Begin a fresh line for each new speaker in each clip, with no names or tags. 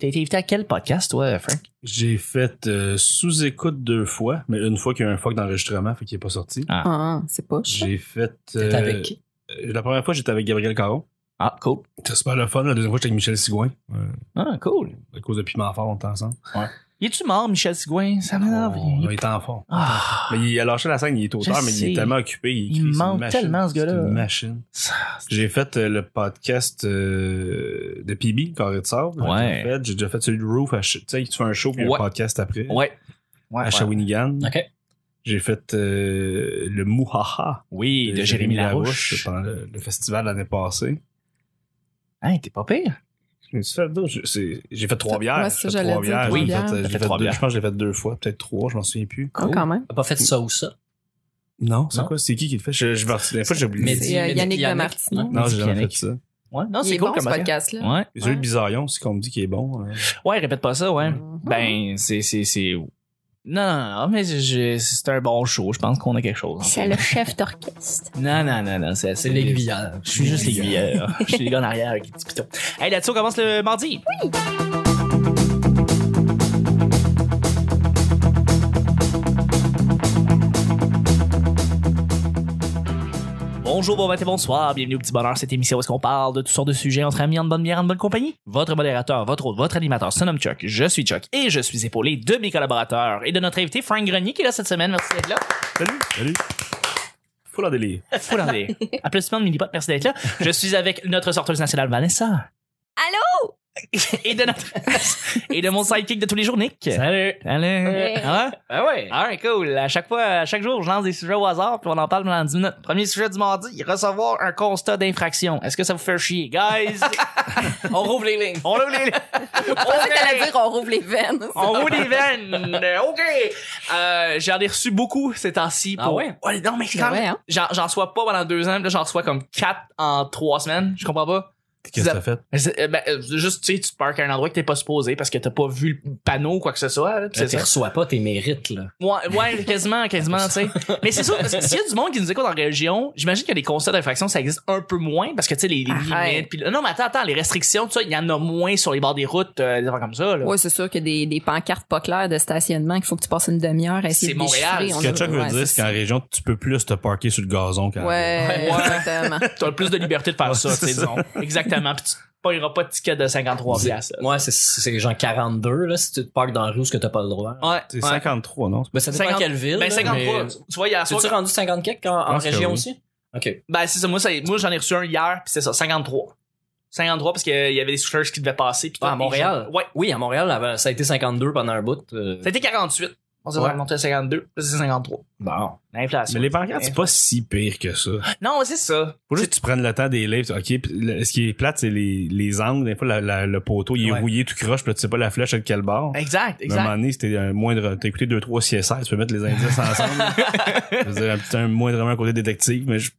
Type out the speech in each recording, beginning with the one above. T'as été invité à quel podcast, toi, Frank?
J'ai fait euh, sous-écoute deux fois, mais une fois qu'il y a eu un fuck d'enregistrement, fait qu'il n'est pas sorti.
Ah.
Ah, c'est pas
J'ai fait.
T'es
euh,
avec qui?
euh, La première fois, j'étais avec Gabriel Caron.
Ah, cool.
C'était super le fun. La deuxième fois, j'étais avec Michel Sigouin. Euh,
Ah, cool.
à cause de Piment Fort, on était ensemble.
Il est-tu mort, Michel Sigouin? Ça m'énerve.
On, on
Il-
était en fort.
Ah,
Mais il a lâché la scène, il est auteur,
Je
mais
sais.
il est tellement occupé.
Il
écrit, c'est
manque
une machine.
tellement, ce gars-là.
C'est une machine.
ça-
J'ai fait euh, le podcast euh, de PB, Carré de Sable.
Ouais.
J'ai déjà fait. J'ai déjà fait celui de Roof. à Ch- Tu sais, tu fais un show puis il y a
Ouais.
un podcast après.
ouais. Ouais,
À
ouais.
Shawinigan.
OK.
J'ai fait euh, le Mouhaha
Oui, de euh, Jérémy Larouche.
pendant le, le festival l'année passée.
Hein, t'es pas pire.
J'ai fait d'autres. Je- c'est- J'ai fait trois bières.
Ouais,
J'ai
c'est ça,
fait
j'allais
trois
dire,
bières.
trois
J'ai
bières.
fait, euh,
T'as
j'ai
fait
fait
trois
deux-
bières.
Je pense que j'ai fait deux fois, peut-être trois, je m'en souviens plus.
Ah, quand même.
T'as pas fait ça ou ça.
Non, c'est
Non.
quoi C'est qui qui le fait Je, je, me- des fois, j'ai oublié.
Mais
C'est,
dis-
euh, Yannick
Yannick,
Lamartine.
hein?
Non, j'ai
Dis
jamais fait
Yannick.
ça.
Ouais, non,
Il
c'est
est
cool
bon,
comme
ce
podcast.
podcast-là.
Ouais.
Et celui
Ouais.
de Bizarillon, c'est qu'on me dit qu'il est bon. euh.
Ouais, répète pas ça, ouais.
Mhm.
Ben, c'est, c'est, c'est. Non, non, non, mais je- je- c'est un bon show. Je pense qu'on a quelque chose.
C'est le chef d'orchestre.
Non, non, non, non, c'est
C'est
assez
l'aiguilleur.
Je suis juste l'aiguilleur. Je suis les gars en arrière avec les petits pitons. Hey, là-dessus, on commence le mardi. Bonjour, bon matin, bonsoir. Bienvenue au Petit Bonheur, cette émission où est-ce qu'on parle de toutes sortes de sujets entre amis, en bonne bière, en bonne compagnie. Votre modérateur, votre hôte, votre animateur se nomme Chuck. Je suis Chuck et je suis épaulé de mes collaborateurs et de notre invité, Frank Grenier, qui est là cette semaine. Merci d'être là.
Salut, salut. Faut la délire.
Faut l'en dire. Applaudissements de Millipot, merci d'être là. Je suis avec notre sorteuse nationale, Vanessa.
Allô?
Et de notre. Et de mon sidekick de tous les jours, Nick.
Salut.
Allez.
Ouais.
Ah,
Ah ouais.
Alright, cool. À chaque fois, à chaque jour, je lance des sujets au hasard, puis on en parle pendant 10 minutes. Premier sujet du mardi, recevoir un constat d'infraction. Est-ce que ça vous fait chier, guys?
On rouvre les lignes.
on ouvre les.
Je pensais que t'allais dire on rouvre les veines.
On roule les veines. OK. Euh, j'en ai reçu beaucoup ces temps-ci.
Ah
pour-
ouais?
non, mais
C'est
quand
vrai, hein?
J'en, j'en reçois pas pendant deux ans, puis là, j'en reçois comme quatre en trois semaines. Je comprends pas.
Qu'est-ce que t'as fait
Mais c'est- euh, ben, euh, juste, tu sais, tu parques à un endroit que t'es pas supposé parce que t'as pas vu le panneau ou quoi que ce soit. là, pis
Là,
c'est
tu
ça.
reçois pas tes mérites, là.
Ouais, ouais, quasiment, quasiment, tu sais. Mais c'est sûr, parce que s'il y a du monde qui nous écoute en région, j'imagine que les constats d'infraction, ça existe un peu moins parce que, tu sais, les, les
Arrête.
limites. Puis, là- non, mais attends, attends, les restrictions, tu sais, il y en a moins sur les bords des routes, euh, des affaires comme ça. Là.
Ouais, c'est sûr que des, des pancartes pas claires de stationnement qu'il faut que tu passes une demi-heure à essayer
C'est
de
Montréal,
déchiffrer.
ce
On
Ce que
a-
Chuck veut
ouais,
dire, c'est qu'en région, tu peux plus te parquer sur le gazon quand
Ouais.
Ouais, exactement.
T'as plus de liberté de faire
Ouais,
ça, tu sais,
c'est ça.
disons. Exactement. Puis tu payeras pas de ticket de 53 piastres. là.
Moi, c'est- c'est genre 42, là, si tu te parques dans la rue, ce que t'as pas le droit.
Ouais.
C'est
ouais.
53, non
Ben, ça dépend
50
quelle ville.
Ben,
là,
53.
mais-
Tu tu vois, il y a
T'es-tu rendu 50 quelques en, en
pense que
région
oui.
aussi? OK.
Ben, c'est ça. Moi, ça- moi j'en ai reçu un hier, puis c'est ça, 53. 53 parce qu'il y avait des scooters qui devaient passer. puis
Ah,
tout.
à Montréal?
Ouais.
Oui, à Montréal, avant, ça a été 52 pendant un bout. euh,
Ça a été 48. On s'est
Ouais.
remonté à 52. Là, c'est 53.
Bon.
L'inflation.
Mais les pancartes, c'est pas si pire que ça.
Non, c'est ça.
Faut juste que tu prennes le temps des livres. OK, puis le- ce qui est plate, c'est les, les angles. Des fois, la- la- le poteau, il est
Ouais.
rouillé, tu croches, puis là, tu sais pas la flèche à quel bord.
Exact,
Mais À un moment
exact.
donné, c'était un moindre. T'as écouté 2-3 CSR, tu peux mettre les indices ensemble. je veux dire, un petit un moindrement côté détective, mais je-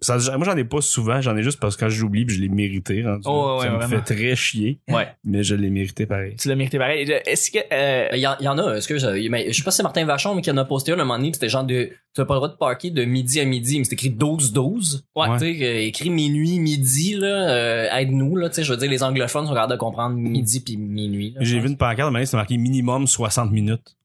ça- moi, j'en ai pas souvent, j'en ai juste parce que quand j'oublie, puis je l'ai mérité. rendu là.
Oh, ouais,
ça
ouais,
me
vraiment.
fait très chier,
Ouais.
mais je l'ai mérité pareil.
Tu l'as mérité pareil. Est-ce que. euh,
Ben, Il y, en- il y en a, un, excuse, euh, mais je sais pas si c'est Martin Vachon, mais qui en a posté un, à un moment donné, pis c'était genre de, tu n'as pas le droit de parquer de midi à midi, mais c'est écrit 12-12.
Ouais.
Tu sais, euh, écrit minuit, midi, là, euh, aide-nous, là, tu sais, je veux dire, les anglophones sont capables de comprendre midi puis minuit. là,
J'ai
je
vu une pancarte, à un moment donné, c'était marqué minimum 60 minutes.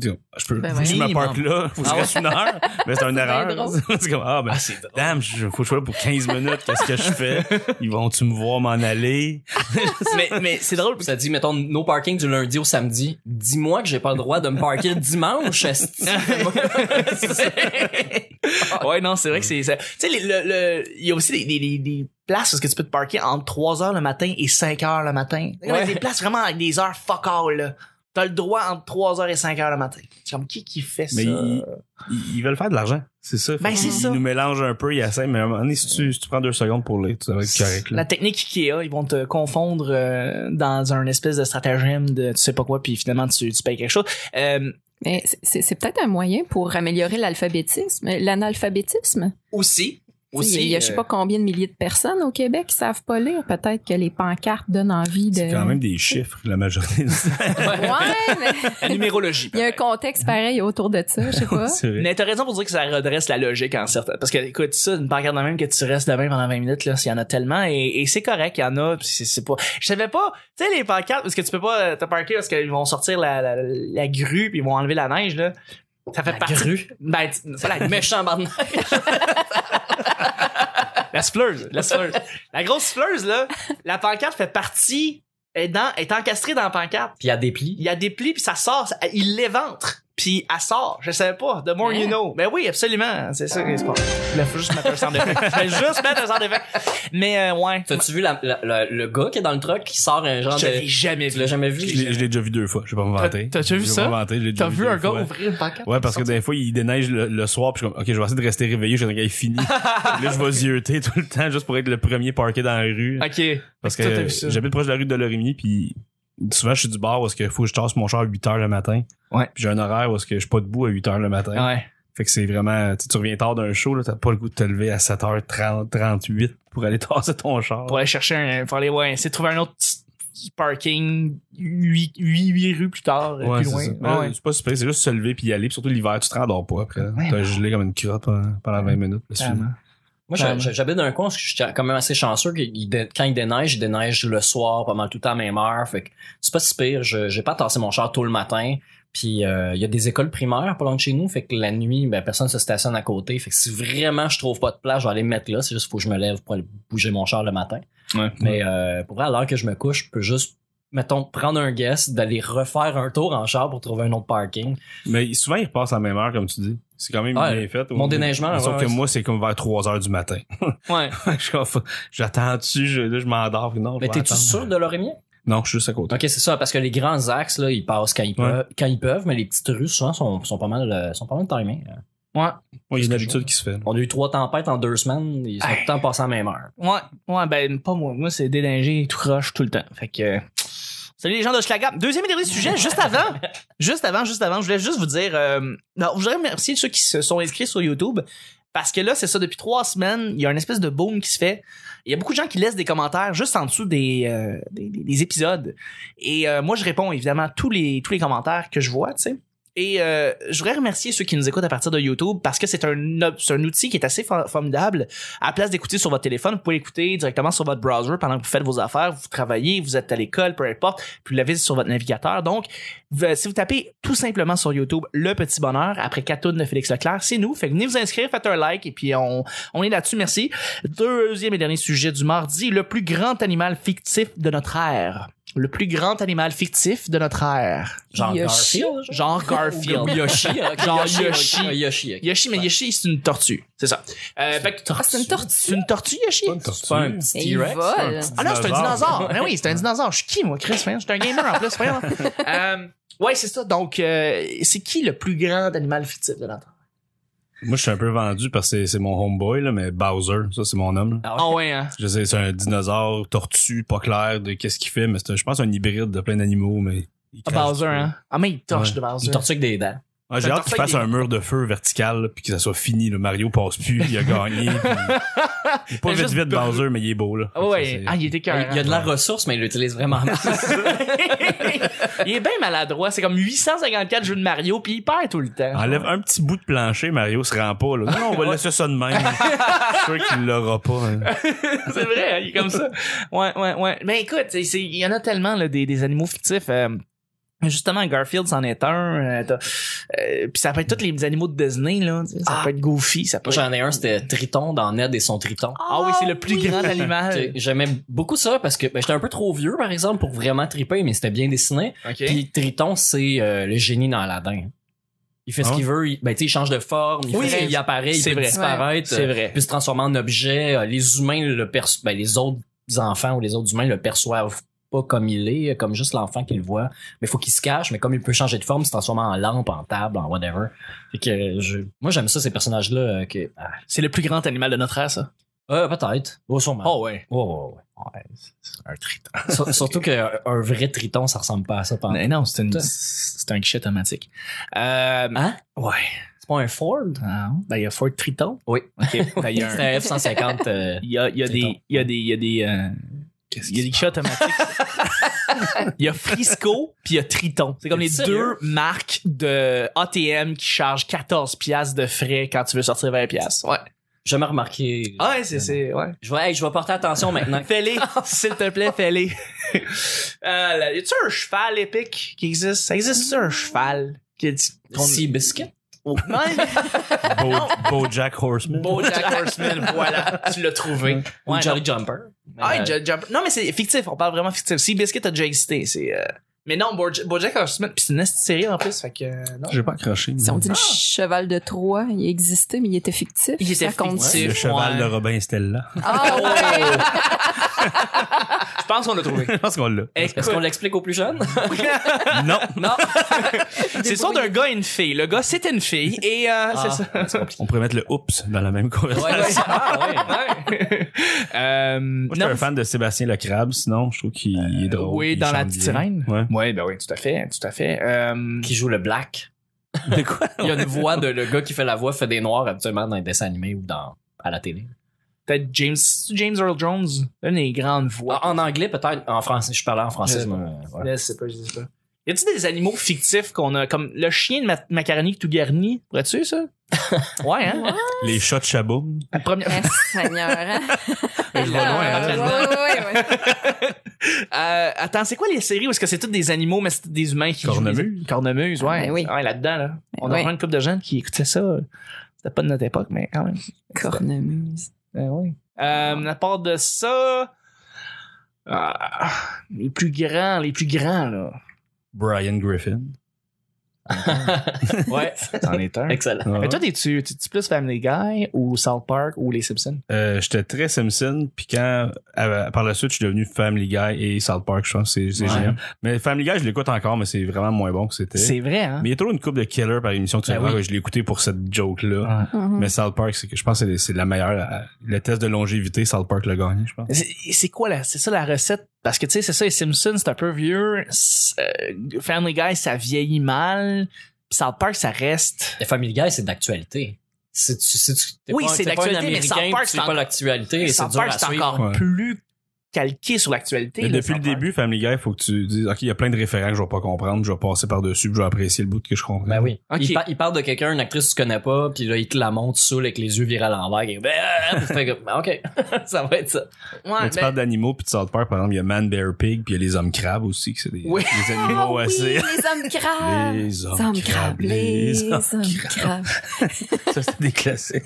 Je peux,
Ben
faut que je me
ouais.
parque là, faut que je
Ah ouais.
reste une heure, mais c'est une erreur.
drôle.
c'est comme, ah, ben,
pense. Ah, c'est drôle.
Damn, je- faut que je sois là pour 15 minutes. Qu'est-ce que je fais? Ils vont-tu me voir m'en aller?
mais mais c'est drôle.
Ça dit, mettons, no parking du lundi au samedi. Dis-moi que j'ai pas le droit de me parquer le dimanche. esti.
ouais, non, c'est vrai que c'est. ça- Tu sais, les- le- le- il y a aussi des, des, des, des places où est-ce que tu peux te parquer entre 3 h le matin et 5 h le matin. Il y a
Ouais.
des places vraiment avec des heures fuck all, là. T'as le droit entre 3 h et 5 h le matin. C'est comme qui qui fait
Mais
ça?
ils, ils- ils veulent faire de l'argent. C'est ça.
Ben,
Fait
c'est
qu'ils
ça.
nous mélangent un peu, ils essaient, mais à un moment donné, si tu, si tu prends deux secondes pour les, ça va être correct.
La
Là.
technique IKEA, ils vont te confondre euh, dans un espèce de stratagème de tu sais pas quoi, puis finalement tu, tu payes quelque chose. Euh,
Mais c'est- c'est c'est peut-être un moyen pour améliorer l'alphabétisme, l'analphabétisme.
aussi,
Aussi,
il y a je sais
euh,
pas combien de milliers de personnes au Québec qui savent pas lire. Peut-être que les pancartes donnent envie de.
C'est quand même des chiffres, la majorité. de ça.
Ouais, mais
La numérologie.
il y a un
peut-être.
contexte pareil autour de ça, je sais pas.
C'est vrai.
Mais t'as raison pour dire que ça redresse la logique en certains. Parce que, écoute, ça, une pancarte de même que tu restes de même pendant 20 minutes, là, s'il y en a tellement, et, et c'est correct, il y en a, pis c'est, c'est pas. Je savais pas, tu sais, les pancartes, parce que tu peux pas te parker parce qu'ils vont sortir la, la, la grue puis ils vont enlever la neige, là. Ça fait
La
partie.
grue?
Ben, tu- c'est pas la neige.
Méchant bande.
La sleuse, la sleuse. la grosse sleuse, là, la pancarte fait partie, est, dans, est encastrée dans la pancarte.
Puis il y a des plis.
il y a des plis puis ça sort, ça- il l'éventre puis elle sort. Je savais pas. The more you
Hein?
know. Ben oui, absolument. C'est ça qui se passe. Il faut juste mettre un sound effect. Je vais juste mettre un sound effect. Mais euh, ouais.
T'as-tu vu la- la- la- le gars qui est dans le truck qui sort un genre
Je l'ai
de.
jamais
Tu
vu.
l'as jamais vu?
Je l'ai je l'ai déjà vu deux fois, je vais pas m'inventer.
T'as- t'as déjà vu
Je vais
ça?
pas m'inventer, je l'ai déjà deux fois.
ouvrir une pancarte?
Ouais, parce que des fois, il déneige le, le soir, puis je suis comme, OK, je vais essayer de rester réveillé jusqu'à ce qu'il fini. là, je vais zioter tout le temps, juste pour être le premier parqué dans la rue.
Ok.
Parce
Toi, t'as
que
vu ça?
j'habite proche de la rue de Lorimier, puis souvent, je suis du bar où est-ce qu'il faut que je tasse mon char à 8 h le matin.
Ouais.
Puis j'ai un horaire où est-ce que je suis pas debout à 8 h le matin.
Ouais.
Fait que c'est vraiment, tu, sais, tu reviens tard d'un show, là, t'as pas le goût de te lever à 7h30, 38 pour aller tasser ton char.
Pour aller chercher un. Pour aller, ouais, essayer de trouver un autre petit- petit parking 8, rues plus tard, euh,
Ouais,
plus
c'est
loin.
ça. Ben, Mais là,
Ouais.
C'est pas super, c'est juste se lever puis y aller. Puis surtout l'hiver, tu te rendors pas après.
Ouais,
T'as gelé comme une crotte pendant, pendant 20 minutes. là,
Clairement.
suivi.
Moi,
Ouais,
j'ha-
ouais.
j'ha- j'habite dans un coin, où je suis quand même assez chanceux qu'il- il dé- quand il déneige, il déneige le soir, pas mal tout le temps à la même heure. Fait que c'est pas si pire. Je- J'ai pas tassé mon char tôt le matin. Puis euh, il y a des écoles primaires pas loin de chez nous. Fait que la nuit, ben, personne se stationne à côté. Fait que si vraiment je trouve pas de place, je vais aller me mettre là. C'est juste faut que je me lève pour aller bouger mon char le matin. Mais euh, pour vrai, à l'heure que je me couche, je peux juste, mettons, prendre un guest, d'aller refaire un tour en char pour trouver un autre parking.
Mais souvent, ils repassent à la même heure, comme tu dis. C'est quand même
Ouais,
bien fait.
mon déneigement,
Sauf
ouais,
que
ouais.
moi, c'est comme vers 3h du matin.
Ouais.
Je suis comme, faut- J'attends-tu, je, là, je m'endors. puis Non, je
Mais
vais
t'es-tu
attendre.
sûr de l'orémier?
Non, je suis juste à côté.
Ok, c'est ça, parce que les grands axes, là, ils passent quand ils, peuvent, quand ils peuvent, mais les petites rues, souvent, sont, sont pas mal, euh, sont pas mal timées.
Ouais.
Ouais, Il y a une habitude qui se fait. là.
On a eu trois tempêtes en deux semaines, ils sont
Hey.
tout le temps passés à la même heure.
Ouais, ouais, ben pas moi. Moi, c'est dédingé tout croche tout le temps. Fait que. euh, Salut les gens de Schlagap. Deuxième et dernier sujet, juste avant. Juste avant, juste avant, je voulais juste vous dire. euh, non, je voudrais remercier ceux qui se sont inscrits sur YouTube. Parce que là, c'est ça, depuis trois semaines, il y a une espèce de boom qui se fait. Il y a beaucoup de gens qui laissent des commentaires juste en dessous des, euh, des, des- des épisodes. Et euh, moi, je réponds évidemment à tous les, tous les commentaires que je vois, tu sais. Et euh, je voudrais remercier ceux qui nous écoutent à partir de YouTube parce que c'est un, ob- c'est un outil qui est assez for- formidable à la place d'écouter sur votre téléphone, vous pouvez l'écouter directement sur votre browser pendant que vous faites vos affaires, vous travaillez, vous êtes à l'école, peu importe, puis vous l'avez sur votre navigateur. Donc, v- si vous tapez tout simplement sur YouTube Le Petit Bonheur après Catoune de Félix Leclerc, c'est nous. Fait que venez vous inscrire, faites un like et puis on, on est là-dessus. Merci. Deuxième et dernier sujet du mardi, le plus grand animal fictif de notre ère. Le plus grand animal fictif de notre ère.
Genre
Yoshi.
Garfield, genre?
Genre
Ou
Garfield.
Yoshi, ok,
Genre
Yoshi,
Yoshi.
ok, Yoshi, ok.
Yoshi, mais Yoshi, c'est une tortue. C'est ça. Euh, fait que-
Ah, c'est une tortue.
C'est une tortue, Yoshi?
Pas une tortue.
C'est pas un petit
Et il
T-Rex?
vole.
Ah non, c'est un
Dinosaure.
dinosaure. Mais oui, c'est un dinosaure. Je suis qui, moi, Chris? voyons? Je suis un gamer en plus. voyons. Euh, ouais, c'est ça. Donc, euh, c'est qui le plus grand animal fictif de l'entente?
Moi, je suis un peu vendu parce que c'est- c'est mon homeboy, là, mais Bowser, ça, c'est mon homme. là.
Ah ouais.
Ah ouais, hein?
Je sais, c'est un dinosaure, tortue, pas clair de qu'est-ce qu'il fait, mais c'est un- je pense un hybride de plein d'animaux, mais. il
Ah,
crache
Bowser,
du feu.
hein? Ah, mais il torche
Ouais.
de Bowser.
Une tortue avec des dents.
Ouais, j'ai
Fait
hâte
que
qu'il
t'as
fasse
fait
un
des-
mur de feu vertical là, puis que ça soit fini. Le Mario passe plus, il a gagné. puis- Il est pas
Mais
vite
juste
vite
brûle.
Bowser, mais il est beau là.
Ah ouais.
Ça,
Ah,
c'est-
il était
Il
cœur.
il y a de la ressource, mais il l'utilise vraiment mal.
il est bien maladroit. C'est comme 854 jeux de Mario, puis il perd tout le temps.
Enlève un petit bout de plancher, Mario se rend pas là. Non, on va laisser ça de même. je suis sûr qu'il l'aura pas. hein.
c'est vrai, hein, il est comme ça. Ouais, ouais, ouais. Mais écoute, c'est- c'est- il y en a tellement là, des, des animaux fictifs. euh, justement, Garfield, c'en est un. euh, t'as- euh, puis ça peut être tous les animaux de Disney. Là, tu sais, ça
Ah.
peut être Goofy, ça peut
Moi,
être...
j'en ai un, c'était Triton dans Ned et son Triton.
Ah oui, c'est le plus grand
Tu sais,
animal.
J'aimais beaucoup ça parce que ben, j'étais un peu trop vieux, par exemple, pour vraiment triper, mais c'était bien dessiné. Puis Triton, c'est euh, le génie dans Aladdin. Il fait
Ah
ce
ouais?
qu'il veut, il, ben, tu sais, il change de forme, il,
Oui,
fait- il apparaît, il
c'est
peut
vrai.
disparaître,
C'est
euh,
vrai.
il peut se transformer en objet. Euh, Les humains le perço- ben, les autres enfants ou les autres humains le perçoivent pas comme il est, euh, comme juste l'enfant qu'il voit. Mais faut qu'il se cache, mais comme il peut changer de forme, se transformer en lampe, en table, en whatever. Fait que euh, je- moi j'aime ça ces personnages-là. euh, que- ah.
C'est le plus grand animal de notre ère, ça.
Euh, peut-être. Oh, sûrement.
Oh ouais.
Ouais, ouais, ouais.
C'est un triton.
Sur- Surtout qu'un un vrai triton,
Ah.
ça ressemble pas à ça. pendant-
Mais non, c'est, une- c'est un guichet automatique. Euh,
Hein?
Ouais.
C'est pas un Ford?
Ben, il y a Ford Triton.
Oui.
OK. Ben, il y a un-
C'était un F-150. euh,
il y a, il y a des... Il y a des... Il y a des... euh,
Qu'est-ce
il y a des chats automatiques. il y a Frisco puis il y a Triton. C'est comme les
Sérieux?
deux marques de ATM qui chargent 14 piastres de frais quand tu veux sortir 20 piastres. Ouais.
jamais remarqué.
Ah ouais, c'est, c'est, ouais.
Je vais, hey, je vais porter attention maintenant.
Fais-les, s'il te plaît, fais-les. euh, là, y a-tu un cheval épique qui existe? Ça existe-tu un cheval? Qui est
Si biscuit.
Beau, Jack Horseman.
Bojack Horseman, voilà, tu l'as trouvé.
Ou
Ouais,
Jolly Jumper.
Ah,
Euh,
Ju- Jump- Non, mais c'est fictif, on parle vraiment fictif. Si Biscuit a déjà existé, c'est. euh, Mais non, Boj- Bojack Horseman, pis c'est une esti série en plus, fait que. euh, non.
J'ai pas accroché.
Si on dit le cheval de Troie, il existait, mais il était fictif.
Il était
ça compte-tu?
fictif.
Le cheval
Ouais.
de Robin Stella.
Ah ouais!
Je pense qu'on l'a trouvé.
Je pense qu'on l'a.
Est-ce qu'on l'explique aux plus jeunes?
Non.
non.
c'est soit d'un gars et une fille. Le gars, c'était une fille, et euh,
Ah,
c'est ça.
On pourrait mettre le oups dans la même
Ouais,
conversation.
ouais. Ah, ouais.
Ouais. Euh,
Moi, je suis
non. Euh,
un fan de Sébastien Le Crabe, sinon, je trouve qu'il est drôle.
oui,
il
dans la
chante
petite
bien.
sirène.
Ouais.
Oui, ben oui, tout à fait, tout à fait. Euh,
Qui joue le black. Il y a une voix de le gars qui fait la voix fait des noirs habituellement dans les dessins animés ou dans à la télé.
Peut-être James, c'est-tu James Earl Jones, une des grandes voix.
Ah, En en anglais peut-être, en français, je parlais en français.
Je-
mais, euh, voilà.
Là, je sais pas, je sais pas. Y a-tu des animaux fictifs qu'on a, comme le chien de ma- macaroni tout garni? Pourrais-tu, ça? Ouais, hein?
Les chats de Chaboum.
La première...
Merci Seigneur. hein?
Je vais loin,
Ah,
hein.
ouais, ouais, ouais.
Euh, attends, c'est quoi les séries où est-ce que c'est tous des animaux, mais c'est des humains qui jouent des-
Cornemuse.
Cornemuse, ouais.
Ah, ben oui.
Ouais, là-dedans, là. On a
oui.
vraiment une couple de gens qui écoutaient ça. C'était pas de notre époque, mais quand même.
Cornemuse.
Ben oui. Euh, à part de ça... ah, les plus grands, les plus grands, là.
Brian Griffin.
Ouais,
T'en es un.
excellent.
Mais toi, t'es-tu t'es-tu plus Family Guy ou South Park ou Les Simpsons?
Euh, J'étais très Simpson, puis quand euh, par la suite, je suis devenu Family Guy et South Park, je pense, c'est c'est
Ouais.
génial. Mais Family Guy, je l'écoute encore, mais c'est vraiment moins bon que c'était.
C'est vrai, hein?
Mais il y a toujours une coupe de killer par émission que tu
Ben
vois,
oui.
que je l'ai écouté pour cette joke-là.
Ouais.
Mhm.
Mais South Park, c'est que je pense que c'est- c'est la meilleure. euh, Le test de longévité, South Park l'a gagné, je pense.
C'est c'est quoi là? C'est ça la recette? Parce que tu sais, c'est ça, les Simpsons, c'est un peu vieux. C'est, euh, Family Guy, ça vieillit mal. Puis South Park, ça reste.
Le Family Guy, c'est d'actualité. Si tu, si tu, t'es
Oui,
pas un-
c'est
t'es pas un
d'actualité, mais South
Américain,
Park,
tu
c'est
suis
en-
pas l'actualité,
Eh,
et c'est
South
dur
Park,
à
c'est
suivre.
encore
Ouais.
plus calqué sur l'actualité.
Mais
là,
depuis le
South Park.
début, Family Guy, faut que tu dises, OK, il y a plein de référents que je vais pas comprendre, je vais passer par-dessus, puis je vais apprécier le bout que je comprends.
Ben oui.
Ok.
Il, par- il parle de quelqu'un, une actrice que tu connais pas, puis là, il te la montre saoul avec les yeux virés à l'envers. et ben, euh, tu fais comme, ben, OK, ça va être ça.
Ouais,
Mais tu
ben,
parles d'animaux, puis de South Park, par exemple, il y a Man, Bear, Pig, puis il y a les hommes crabes aussi, que c'est des,
Oui.
des
Ah
animaux
oui,
assez.
les hommes crabes.
Les hommes,
Les hommes
crabes,
crabes.
les
Les
hommes. Euh,
hommes crabes.
Ça, c'est des classiques.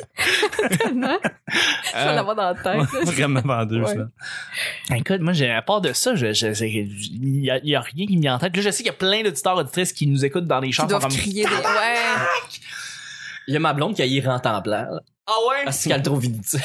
Non? Je vais l'avoir dans la tête. là.
Vraiment vendeuse,
Ouais.
là.
ben, écoute, moi, j'ai- à part de ça, je, je- c'est- il y, a- il y a rien qui me vient en tête. Puis Là, je sais qu'il y a plein d'auditeurs auditrices qui nous écoutent dans les
Qui
chambres.
doivent
comme-
crier des. Ouais.
Il y a ma blonde qui a y rentre en plan, là,
Ah ouais?
parce qu'elle le trouve inutile.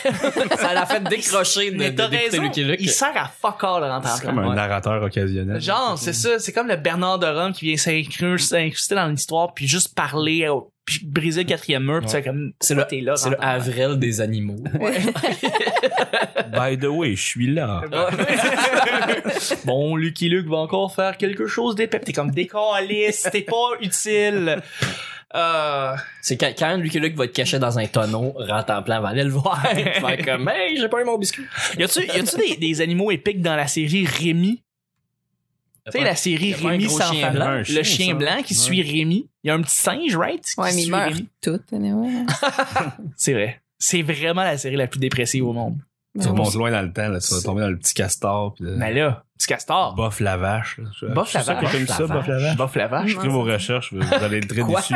ça l'a fait décrocher de,
Mais
de-
t'as
d'écouter
raison.
Lucky Luke.
Il sert à fuck all de rentrer en
C'est comme
plan.
un
Ouais.
narrateur occasionnel.
Ah, Genre, c'est ça, c'est comme le Bernard de Rome qui vient s'incru- s'incruster dans l'histoire, puis juste parler, au- puis briser le quatrième mur, puis
Ouais.
c'est comme,
C'est
toi,
le-
t'es là.
C'est le
rentre-en.
avril des animaux.
By the way, je suis là.
ah, bon, Lucky Luke va encore faire quelque chose d'épais. T'es comme décaliste, t'es pas utile. Euh,
C'est quand, quand Lucky Luke va être caché dans un tonneau, rentre en plan, va aller le voir. Faire comme, hey, j'ai pas eu mon biscuit.
y a-tu, y a-tu des, des animaux épiques dans la série Rémi? Tu sais, la série
y a pas un
Rémi
gros
sans
chien
femme.
blanc.
Un
le
chien,
chien
ça.
blanc qui
Ouais.
suit Rémi. Il y a un petit singe, right? qui
Ouais, mais
suit
ils meurent
Rémi.
tous. anyway.
C'est vrai. C'est vraiment la série la plus dépressive au monde.
Tu
Ben oui.
remontes loin dans le temps, là, tu vas tomber dans le petit castor. Puis le-
Mais là, petit castor.
Bof la vache.
Bof la vache.
Comme ça, bof la vache.
Bof la vache.
Je fais vos recherches, vous vous allez être très
Quoi?
déçus.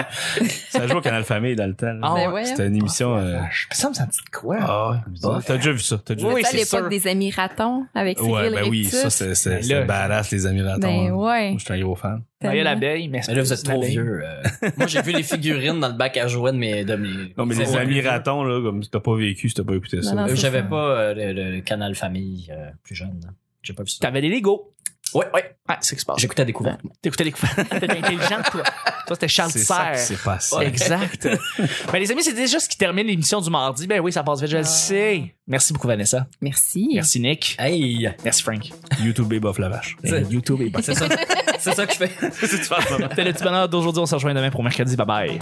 Ça joue au Canal Famille dans le temps. là.
Ah
Ben
ouais,
ouais.
C'était une émission. euh,
Ça me sentit de quoi?
Ah, ouais. T'as déjà vu ça? T'as déjà
Oui,
vu
C'est à
c'est sûr.
l'époque des amis ratons avec Cyril
Ouais, ben oui,
Rectus.
ça, c'est- c'est
Ben
c'est
là,
badass, les amis ratons.
Ben
hein.
ouais.
Moi, je suis un gros fan.
Il y a l'abeille, mais,
Mais là, vous êtes
c'est pas
trop
l'abeille.
vieux. euh. Moi, j'ai vu les figurines dans le bac à jouets de mes. De mes
Non, mais
C'est
les
vrai.
amis ratons, là, comme t'as pas vécu, si t'as pas écouté ça.
Non, non,
Euh,
c'est
J'avais
ça.
pas euh, le, le canal famille euh, plus jeune. là. J'ai pas vu ça.
T'avais des Legos.
Ouais, ouais.
Ouais, c'est ce qui se passe.
J'écoutais à découvert.
T'écoutais les T'étais intelligent, toi. Toi, c'était Charles
C'est ça qui
Serre.
s'est passé.
Exact. ben, les amis, c'est déjà ce qui termine l'émission du mardi. Ben oui, ça passe vite, je le sais. Merci beaucoup, Vanessa.
Merci.
Merci, Nick.
Hey!
Merci, Frank.
YouTube et bof la vache.
C'est-
YouTube et
Bah,
C'est ça, c'est ça que je fais.
C'était le petit bonheur d'aujourd'hui. On se rejoint demain pour mercredi. Bye bye.